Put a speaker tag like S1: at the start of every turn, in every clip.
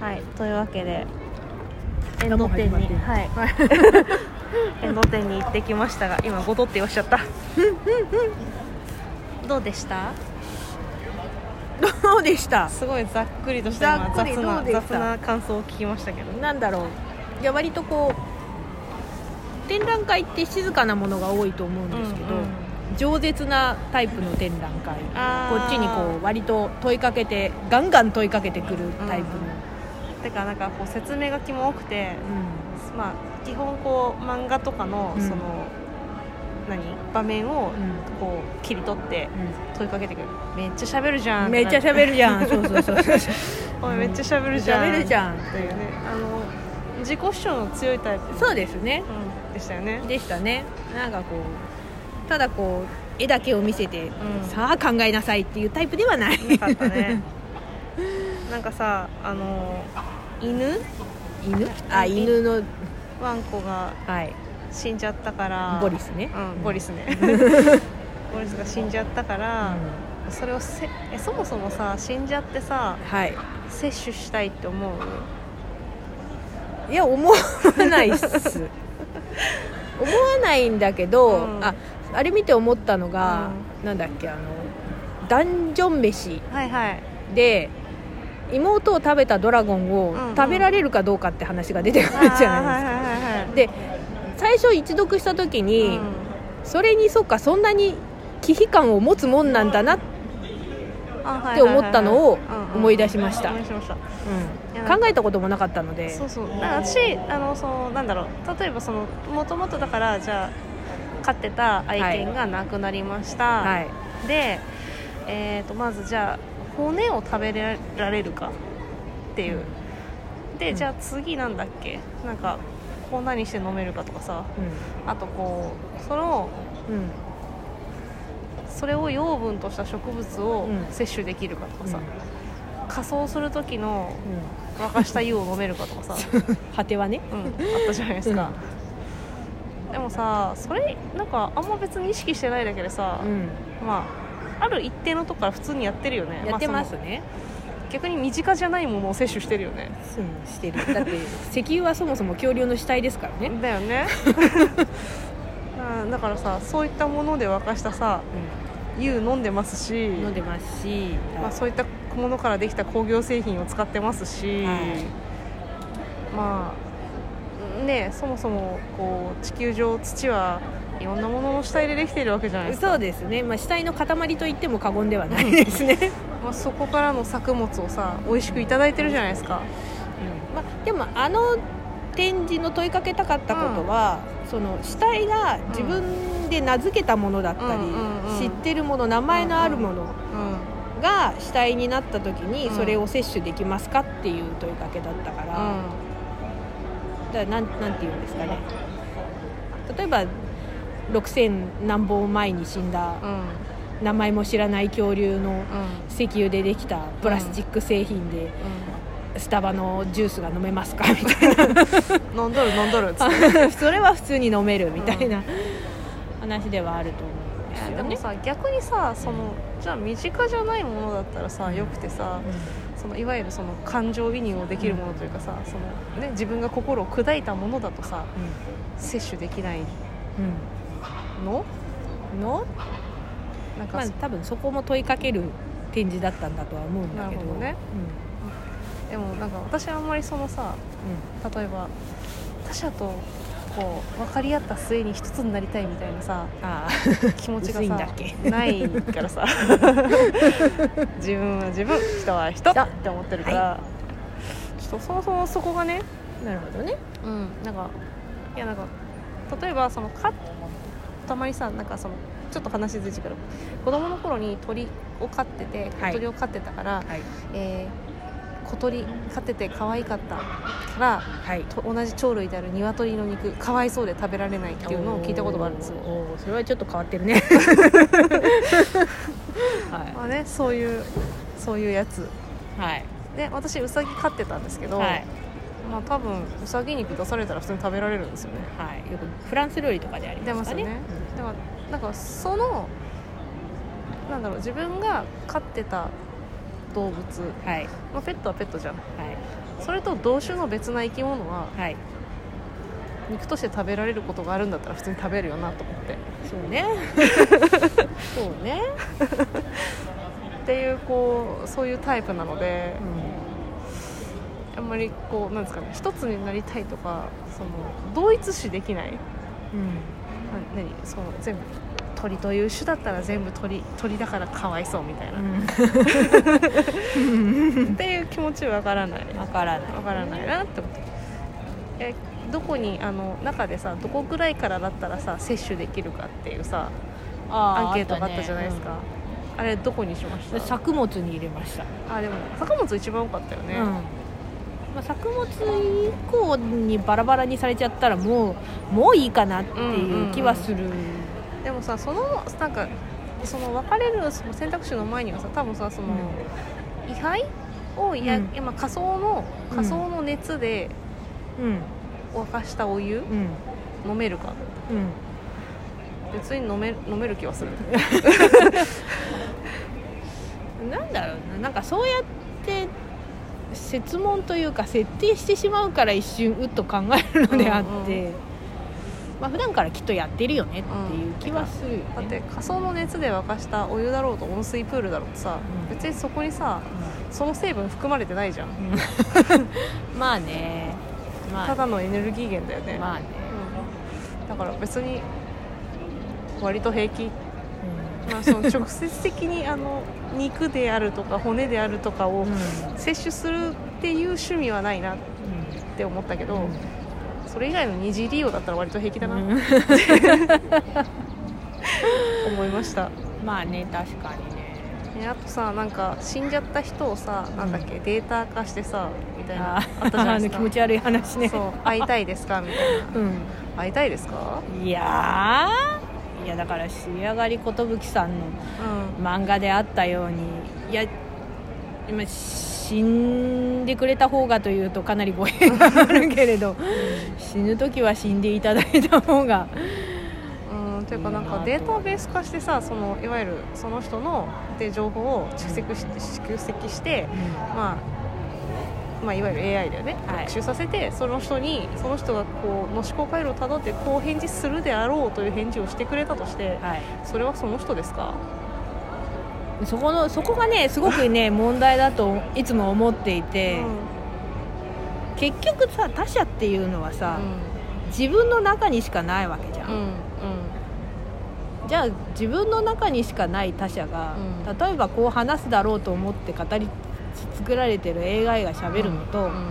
S1: はいというわけで
S2: い
S1: 遠
S2: やも
S1: 野
S2: う始
S1: 店
S2: まっ
S1: に
S2: てる
S1: はい 遠野店に行ってきましたが今ごとっておっしゃった どうでした
S2: どうでした
S1: すごいざっくりとした今
S2: ざっくり
S1: 雑な
S2: どうでした
S1: 雑な感想を聞きましたけど
S2: なんだろういや割とこう展覧会って静かなものが多いと思うんですけど、
S1: うんうん
S2: 饒舌なタイプの展覧会
S1: あ
S2: こ
S1: ー
S2: っちにこう割と問いかけてガンガン問いかけてくるタイプの、
S1: てかなんかこう説明書きも多くて
S2: うん
S1: まあ基本こう漫画とかの
S2: うん
S1: その、何場面を
S2: うん
S1: こう切り取って問いかけてくるめっちゃ喋るじゃん
S2: めっちゃ喋るじ ゃんそうそうそうそう
S1: おいめっちゃ喋るじゃん
S2: 喋るじ
S1: ん
S2: ゃん
S1: っていうねあの自己主張の強いタイプ
S2: そうですね
S1: うんでしたよね
S2: でしたねなんかこうただこう絵だけを見せて、
S1: ん
S2: さあ考えなさいっていうタイプではない
S1: なかった ねなんかさあの犬
S2: 犬あ犬の
S1: ワンコが
S2: はい
S1: 死んじゃったから
S2: ボリスね
S1: うん、ボリス ねボリスが死んじゃったか
S2: うん
S1: ら、それをせえそもそもさ死んじゃってさ
S2: はい
S1: 摂取したいって思う
S2: いや思わないっ す思わないんだけど、
S1: うん
S2: ああれ見て思ったのが、なんだっけあのダンジョン飯
S1: はいはい
S2: で妹を食べたドラゴンを
S1: うんうん
S2: 食べられるかどうかって話が出てく
S1: あー
S2: るじゃない
S1: はい
S2: で
S1: はいはいはい
S2: すか。で最初一読した時に、
S1: うん
S2: それにそっかそんなに忌避感を持つもんなんだな、うん
S1: あはいはいはいはい
S2: って思ったのを思い出しました
S1: うんうん思い出しましいや
S2: 考えたこともなかったので
S1: たそうそうだから私あのそのなんだろう例えばそのもともとだからじゃあ飼ってた愛犬が亡くなりました、
S2: はい、
S1: で、えー、とまずじゃあ骨を食べられるかっていう、で
S2: うん
S1: じゃあ次なんだっけなんかこんなにして飲めるかとかさあとこうその
S2: うんうん
S1: それを養分とした植物を
S2: うん
S1: 摂取できるかとかさ、
S2: うん
S1: 仮装する時の
S2: うん
S1: 沸かした湯を飲めるかとかさ、
S2: 果てはね
S1: うん、あったじゃないですか、でもさそれなんかあんま別に意識してないだけでさ、
S2: うん
S1: まあある一定のとこから普通にやってるよね
S2: やって
S1: あ
S2: ます
S1: その
S2: ね、
S1: 逆に身近じゃないものを摂取してるよね
S2: うんしてる だって石油はそもそも恐竜の死体ですからね、
S1: だよ ねあーだからさそういったもので沸かしたさ湯飲んでますし
S2: うん、飲んでますし、
S1: まあ、そういったものからできた工業製品を使ってますし、
S2: は
S1: まあねそもそもこう地球上土はいろんなものの主体でできているわけじゃないですか、
S2: そうですね、まあ、死体の塊と言っても過言ではないですね、
S1: まあ、そこからの作物をさ美味しくいただいてるじゃないですか
S2: まあ、でもあの展示の問いかけたかったことは、その死体が自分で名付けたものだったり、
S1: うんうんうん
S2: 知ってるもの名前のあるもの
S1: うん
S2: が死体になった時に
S1: うん
S2: それを摂取できますかっていう問いかけだったから,、だからなんなんて言うんですかね例えば6,000何本前に死んだ
S1: うんうん
S2: 名前も知らない恐竜の
S1: うん
S2: 石油でできたプラスチック製品でスタバのジュースが飲めますかみたいな。
S1: うん飲んどる飲んどるっつって
S2: それは普通に飲めるみたいな 話ではあると思うんです
S1: いやで
S2: よ
S1: も
S2: ね。
S1: さ逆にさそのじゃあ身近じゃないものだったらさよくてさそのいわゆるその感情移入をできるものというかさその、ね、自分が心を砕いたものだとさ摂取できない
S2: うん
S1: の
S2: うんの、
S1: なんか、
S2: まあ、多分そこも問いかける展示だったんだとは思うんだ
S1: なる
S2: けど
S1: ほどねでもなんか私はあんまりそのさ例えば他者とこう分かり合った末に一つになりたいみたいなさ
S2: うん、ああ
S1: 気持ちが
S2: 薄いんだ
S1: さ
S2: っけ
S1: ないから さ自分は自分人は人って思ってるから、ちょっとそもそもそこがね
S2: なるほどね。
S1: うん、なんかいやなんか例えばそのかたまにさなんかそのちょっと話ずれちゃうけど子供の頃に鳥を飼ってて小
S2: はい
S1: 鳥を飼ってたから、
S2: はい
S1: えー小鳥飼ってて可愛かったから
S2: はい。
S1: と同じ鳥類である鶏の肉かわいそうで食べられないっていうのを聞いたことがあるんですよ。
S2: おーそれはちょっと変わってる ね。は
S1: まあね、そういうそういうやつ
S2: いはい
S1: で私ウサギ飼ってたんですけど、
S2: はい
S1: まあ多分ウサギ肉出されたら普通に食べられるんですよね
S2: はい。よくフランス料理とかでありますかね。
S1: 出ますよだからなんかそのなんだろう自分が飼ってた動物、
S2: うんはい
S1: まあ、ペットはペットじゃん
S2: はい
S1: それと同種の別な生き物は
S2: はい
S1: 肉として食べられることがあるんだったら普通に食べるよなと思って
S2: そうねそうね、
S1: っていうこうそういうタイプなので
S2: う、ん
S1: あんまりこうなんですかね一つになりたいとかその同一視できないな何その全部鳥という種だったら全部鳥鳥だからかわいそうみたいな、
S2: うん、
S1: っていう気持ちはわからない
S2: わからない
S1: わからないなって思ってえどこにあの中でさどこぐらいからだったらさ接種できるかっていうさアンケートがあったじゃないですかあ,、れどこにしまし
S2: ねうん
S1: た
S2: 作物に入れました、
S1: あでも作物一番多かったよね、
S2: うんまあ、作物以降にバラバラにされちゃったらもうもういいかなっていう気はする、
S1: でもさそのなんかその別れるその選択肢の前にはさ多分さその、位牌をや、
S2: うん
S1: 今仮想の
S2: うん
S1: 仮想の熱で
S2: うん
S1: 沸かしたお湯
S2: うん
S1: 飲めるか
S2: うん
S1: 別に飲め飲める気はする
S2: なんだろうななんかそうやって設問というか設定してしまうから一瞬うっと考えるのであって、
S1: うん
S2: まあ普段からきっとやってるよねっていう気はするよね、
S1: だって仮想の熱で沸かしたお湯だろうと温水プールだろうとさ、
S2: うん
S1: 別にそこにさその成分含まれてないじゃん、
S2: うんまあねま
S1: た
S2: あ
S1: だのエネルギー源だよね、
S2: まあね、
S1: うん、だから別に割と平気まあ、その 直接的にあの肉であるとか骨であるとか
S2: う
S1: を
S2: んうん
S1: 摂取するっていう趣味はないなって思ったけど、
S2: うん
S1: それ以外の二次利用だったら割と平気だな
S2: う
S1: と
S2: ん
S1: 思いました、
S2: まあね確かにね
S1: えあとさなんか死んじゃった人をさ、なんだっけデータ化してさみたいな
S2: あ
S1: あったじゃな
S2: あ
S1: いです
S2: の気
S1: か
S2: 持ち悪い話ね
S1: そう会いたいですかみたいな
S2: う
S1: 会いたいですか
S2: ん、いやーいやだから「仕上がり寿さん」の
S1: う
S2: 漫画であったようにいや今死んでくれた方がというとかなり語弊があるけれど死ぬ時は死んでいただいた方が
S1: ん、うん、というかなんかデータベース化してさそのいわゆるその人ので情報を蓄積し蓄積して、まあ、まあいわゆる AI だよね、
S2: はい
S1: 学習させてその人にその人がこうの思考回路をたどってこう返事するであろうという返事をしてくれたとして
S2: はい、
S1: それはその人ですか
S2: そこのそこがねすごくね問題だといつも思っていて、結局さ他者っていうのは
S1: うん
S2: さ、自分の中にしかないわけじゃ、
S1: うんうんん
S2: じゃあ自分の中にしかない他者が、
S1: うん
S2: 例えばこう話すだろうと思って語り作られてる AI がしゃべるのと、
S1: うん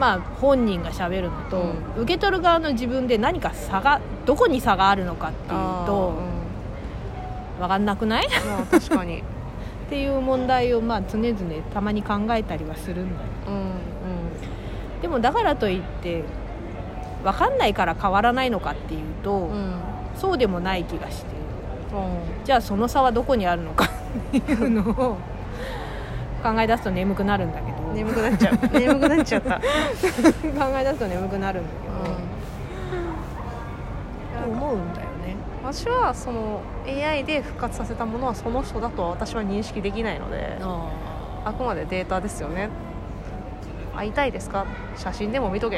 S2: まあ、本人がしゃべるのと、
S1: う
S2: 受け取る側の自分で何か差がどこに差があるのかっていう
S1: あー
S2: と分かんなくない っ
S1: うんまあ確かに
S2: ていう問題をまあ常々たまに考えたりはするんだよ
S1: うんうん
S2: でもだからといって分かんないから変わらないのかっていうと、
S1: うんうん
S2: そうでもない気がしてじゃあその差はどこにあるのか っていうのを考え出すと眠くなるんだけど
S1: 眠くなっちゃう 眠くなっちゃった、
S2: 考え出すと眠くなるんだけど、思うんだよね
S1: 私はその AI で復活させたものはその人だとは私は認識できないのであくまでデータですよね会いたいですか写真でも見と け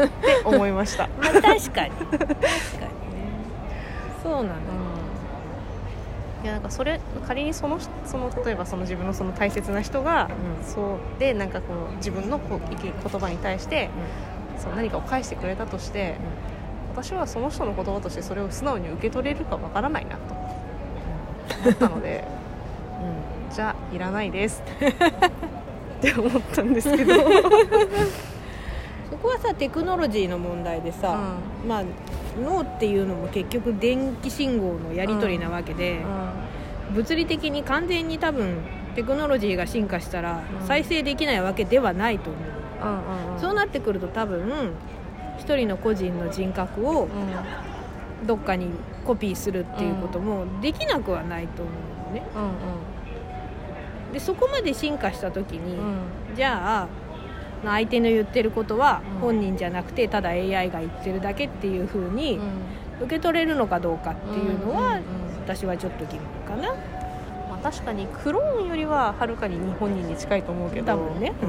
S1: って思いました、
S2: まあ、確かに確かにねそうなんだ
S1: いやなんかそれ仮にそのその例えばその自分のその大切な人が、
S2: うん
S1: そうでなんかこう自分のこう意見言葉に対して、そう何かを返してくれたとして、私はその人の言葉としてそれを素直に受け取れるかわからないなと思ったの でじゃあいらないです って思ったんですけど、うん
S2: そこはさテクノロジーの問題でさ、まあ脳っていうのも結局電気信号のやり取りなわけで、物理的に完全に多分テクノロジーが進化したら
S1: うん
S2: 再生できないわけではないと思う、
S1: うんうん
S2: そうなってくると多分一人の個人の人格を
S1: うん
S2: どっかにコピーするっていうこともできなくはないと思うのねでそこまで進化した時に、
S1: うんうんうん
S2: じゃあ相手の言ってることは
S1: うん
S2: 本人じゃなくてただ AI が言ってるだけっていう風に受け取れるのかどうかっていうのは
S1: んんん
S2: 私はちょっと疑問かな。
S1: まあ、確かにクローンよりははるかに日本人に近いと思うけど
S2: 多 分ねク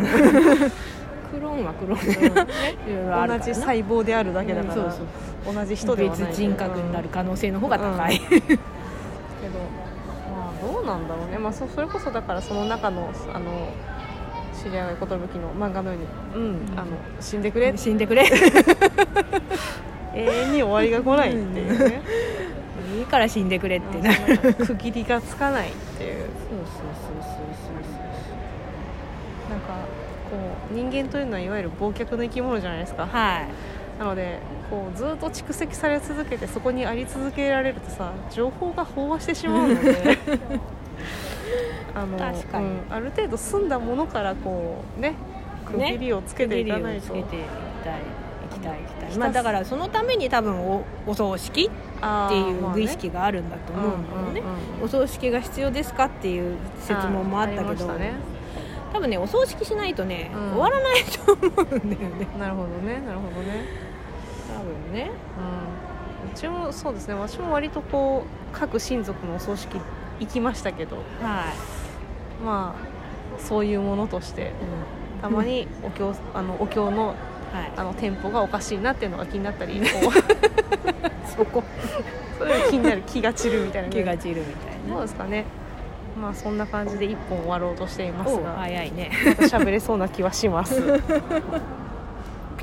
S2: ローンはクロー
S1: う
S2: ン
S1: んね
S2: いろいろある
S1: 同
S2: からな
S1: じ細胞であるだけだから、
S2: うんそう
S1: 同じ
S2: そう
S1: 人ではない
S2: 別人格になる可能性の方が高い、
S1: けどまあどうなんだろうね、まあ、そそれこそだからその中のあの知り合いが寿の漫画のように「うん、
S2: うん
S1: あの死んでくれ」
S2: 死んでくれ
S1: 永遠に終わりが来 ないっていうね、
S2: いいから死んでくれって
S1: うんなん
S2: な
S1: か区切りがつかないっていう
S2: そうそうそう
S1: なんかこう人間というのはいわゆる忘却の生き物じゃないですか
S2: はい
S1: なのでこうずっと蓄積され続けてそこにあり続けられるとさ情報が飽和してしまうの であの
S2: 確かに
S1: うん、ある程度済んだものからこうね区切りをつけていかないと、
S2: 区切りをつけていきたい行きたい行きた
S1: ひた
S2: い、
S1: す
S2: まあ、だからそのために多分おお葬式
S1: あー
S2: っていう
S1: まあ
S2: 儀
S1: ね
S2: 式があるんだと思うんだよ
S1: う
S2: ね、
S1: んうんうん
S2: お葬式が必要ですかっていう質問もあった
S1: あ
S2: け
S1: りまし
S2: ど
S1: ね、
S2: 多分ねお葬式しないとね、
S1: うん
S2: 終わらないと思うんだよね
S1: なるほどねなるほどね、
S2: 多分ね
S1: うん、うちもそうですね私も割とこう各親族のお葬式行きましたけど
S2: は
S1: まあそういうものとして
S2: い、
S1: たまにお経あのお経の
S2: はい
S1: あの店舗がおかしいなっていうのが気になったり こう
S2: そこ
S1: そういうの気になる気が散るみたいな
S2: 気が散るみたい
S1: どう
S2: な
S1: ですかねまあそんな感じで一本終わろうとしています
S2: お
S1: が
S2: 早いね
S1: また喋れそうな気はします